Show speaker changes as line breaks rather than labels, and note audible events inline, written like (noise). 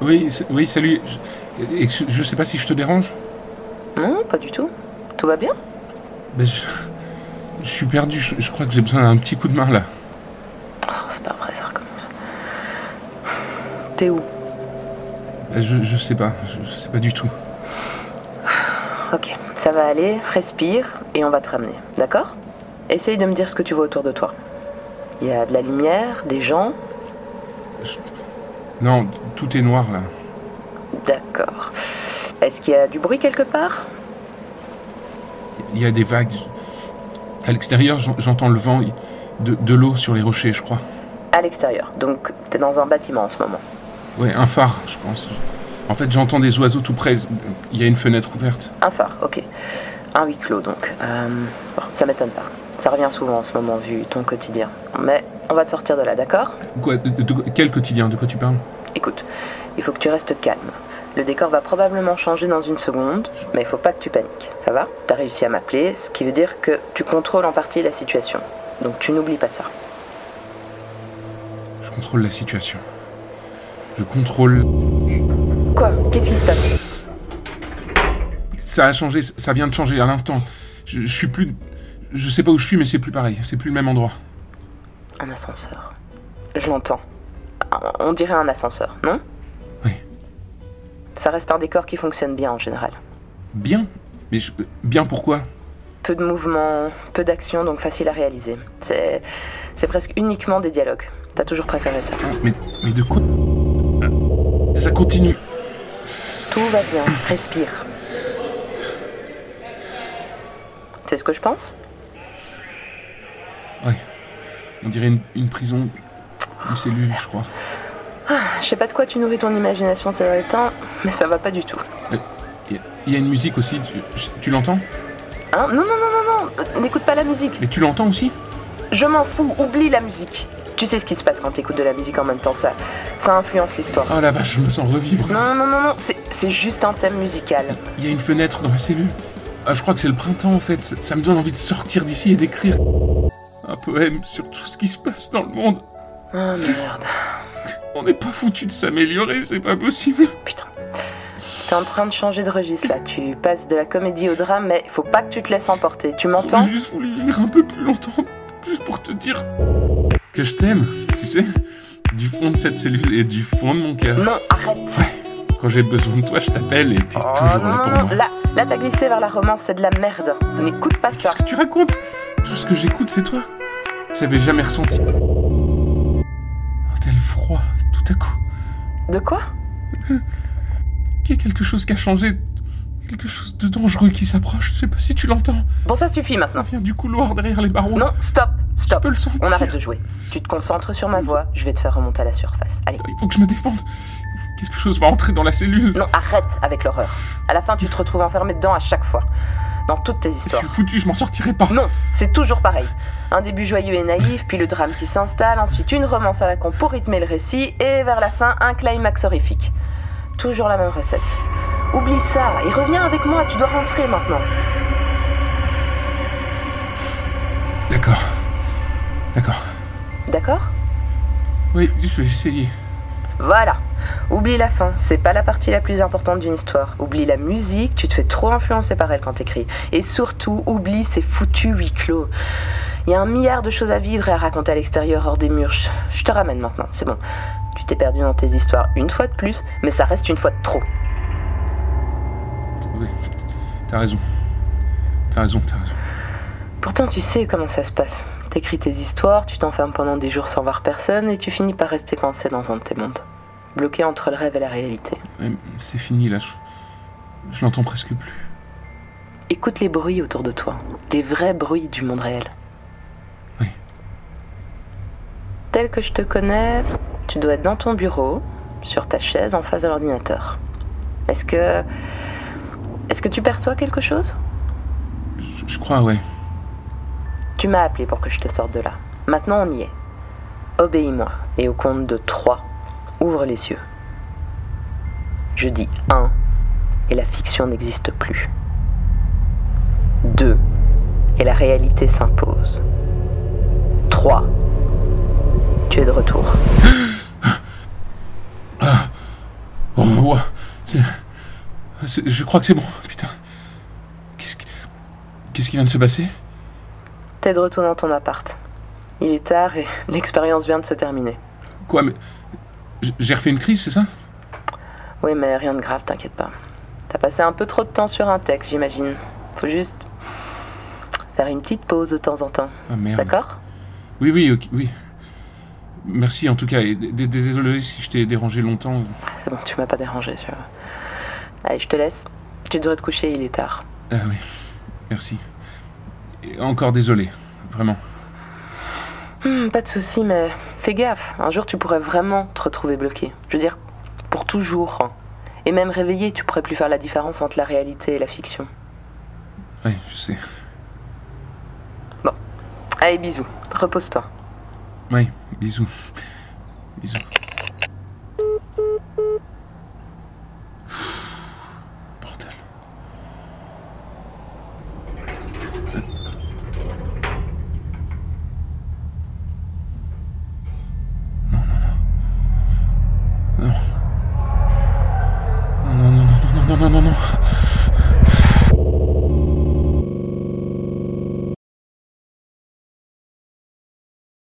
Oui, c'est- oui, salut. Je- excuse- Je sais pas si je te dérange.
Non, pas du tout. Tout va bien
Ben, je, je suis perdu. Je, je crois que j'ai besoin d'un petit coup de main là.
Oh, C'est pas vrai, ça recommence. T'es où
Ben, je, je sais pas. Je, je sais pas du tout.
Ok, ça va aller, respire et on va te ramener, d'accord Essaye de me dire ce que tu vois autour de toi. Il y a de la lumière, des gens,
Non, tout est noir là.
d'accord. Est-ce qu'il y a du bruit quelque part
Il y a des vagues. Je- À l'extérieur, j'en- j'entends le vent, il- de, de l'eau sur les rochers, je crois.
À l'extérieur, donc t'es dans un bâtiment en ce moment.
Ouais, un phare, je pense. En fait, j'entends des oiseaux tout près. Il y a une fenêtre ouverte.
Un phare, ok. Un huis clos donc. Euh, bon, ça m'étonne pas. Ça revient souvent en ce moment vu ton quotidien. Mais on va te sortir de là, d'accord
Quoi, de- de- quel quotidien De quoi tu parles
Écoute, il faut que tu restes calme. Le décor va probablement changer dans une seconde, mais il faut pas que tu paniques. Ça va T'as réussi à m'appeler, ce qui veut dire que tu contrôles en partie la situation. Donc tu n'oublies pas ça.
Je contrôle la situation. Je contrôle.
Quoi Qu'est-ce qui se passe
Ça a changé, ça vient de changer à l'instant. Je, je suis plus. Je sais pas où je suis, mais c'est plus pareil. C'est plus le même endroit.
Un ascenseur. Je l'entends. Un- On dirait un ascenseur, non
Oui.
Ça reste un décor qui fonctionne bien en général.
Bien Mais je- euh, bien pourquoi
Peu de mouvement, peu d'action, donc facile à réaliser. C'est c'est presque uniquement des dialogues. T'as toujours préféré ça.
mais, mais de quoi Ah. Ça continue.
Tout va bien, respire. C'est ce que je pense
On dirait une, une prison, une cellule, je crois.
Je sais pas de quoi tu nourris ton imagination ces derniers temps, mais ça va pas du tout.
Il y a- il y, a une musique aussi. Tu, tu l'entends
Hein Non, non, non, non, non N'écoute pas la musique
Mais tu l'entends aussi
Je m'en fous, oublie la musique Tu sais ce qui se passe quand t'écoutes de la musique en même temps, ça, ça influence l'histoire.
Oh la vache, je me sens revivre.
Non, non, non, non, c'est- c'est juste un thème musical.
Il y a une fenêtre dans la cellule. Ah, je crois que c'est le printemps en fait. Ça, ça me donne envie de sortir d'ici et d'écrire un poème sur tout ce qui se passe dans le monde.
Oh merde,
On n'est pas foutu de s'améliorer, c'est pas possible.
putain. T'es en train de changer de registre là, tu passes de la comédie au drame, mais faut pas que tu te laisses emporter, tu m'entends
J'ai juste voulu vivre un peu plus longtemps, juste pour te dire que je t'aime, tu sais, du fond de cette cellule et du fond de mon cœur.
Non, arrête
Quand j'ai besoin de toi, je t'appelle et t'es
Oh
toujours
non,
là
non,
pour
non,
moi.
là, là t'as glissé vers la romance, c'est de la merde. N'écoute pas ça.
Qu'est-ce que tu racontes Tout ce que j'écoute, c'est toi. J'avais jamais ressenti un tel froid, tout à coup.
De quoi
Il y a quelque chose qui a changé, quelque chose de dangereux qui s'approche. Je sais pas si tu l'entends.
Bon, ça suffit
Ça
maintenant.
vient du couloir derrière les barreaux.
Non, stop,
je
stop.
peux le sentir.
On arrête de jouer. Tu te concentres sur ma voix, je vais te faire remonter à la surface. Allez.
Il faut que je me défende. Quelque chose va entrer dans la cellule.
Non, arrête avec l'horreur. À la fin, tu te retrouves enfermé dedans à chaque fois. Dans toutes tes
Je
histoires.
suis foutu, je m'en sortirai pas.
Non, c'est toujours pareil. Un début joyeux et naïf, puis le drame qui s'installe, ensuite une romance à la con pour rythmer le récit, et vers la fin, un climax horrifique. Toujours la même recette. Oublie ça et reviens avec moi, tu dois rentrer maintenant.
D'accord. D'accord.
D'accord
Oui, je vais essayer.
Voilà. Oublie la fin, c'est pas la partie la plus importante d'une histoire. Oublie la musique, tu te fais trop influencer par elle quand t'écris. Et surtout, oublie ces foutus huis clos. Il y a un milliard de choses à vivre et à raconter à l'extérieur hors des murs. Je- Je te ramène maintenant, c'est bon. Tu t'es perdu dans tes histoires une fois de plus, mais ça reste une fois de trop.
Oui. T'as raison. T'as raison, t'as raison.
Pourtant, tu sais comment ça se passe. T'écris tes histoires, tu t'enfermes pendant des jours sans voir personne et tu finis par rester coincé dans un de tes mondes. Bloqué entre le rêve et la réalité.
Ouais, C'est fini là. Je, je l'entends presque plus.
Écoute les bruits autour de toi, les vrais bruits du monde réel.
Oui.
Tel que je te connais, tu dois être dans ton bureau, sur ta chaise, en face de l'ordinateur. Est-ce que. Est-ce que tu perçois quelque chose
Je, je crois, ouais.
Tu m'as appelé pour que je te sorte de là. Maintenant, on y est. Obéis-moi, et au compte de 3, ouvre les yeux. Je dis 1, et la fiction n'existe plus. 2, et la réalité s'impose. 3, tu es de retour.
bois. Oh, C'est- c'est- Je crois que c'est bon. Putain. Qu'est-ce qui... Qu'est-ce qui vient de se passer
T'es de retour dans ton appart. Il est tard et (laughs) l'expérience vient de se terminer.
Quoi, mais. j- J'ai refait une crise, c'est ça
Oui, mais rien de grave, t'inquiète pas. T'as passé un peu trop de temps sur un texte, j'imagine. Faut juste faire une petite pause de temps en temps,
Ah merde.
d'accord
Oui, oui, ok, oui. Merci en tout cas, et d- d- désolé si je t'ai dérangé longtemps.
C'est bon, tu m'as pas dérangé, sûr. Allez, je te laisse. Tu devrais te coucher, il est tard.
Ah oui, merci. Et encore désolé, vraiment.
Hmm, pas de souci, mais fais gaffe. Un jour, tu pourrais vraiment te retrouver bloqué. Je veux dire, pour toujours. hein. Et même réveillé, tu pourrais plus faire la différence entre la réalité et la fiction.
Oui, je sais.
Allez, bisous. Repose-toi.
Oui, bisous. Bisous.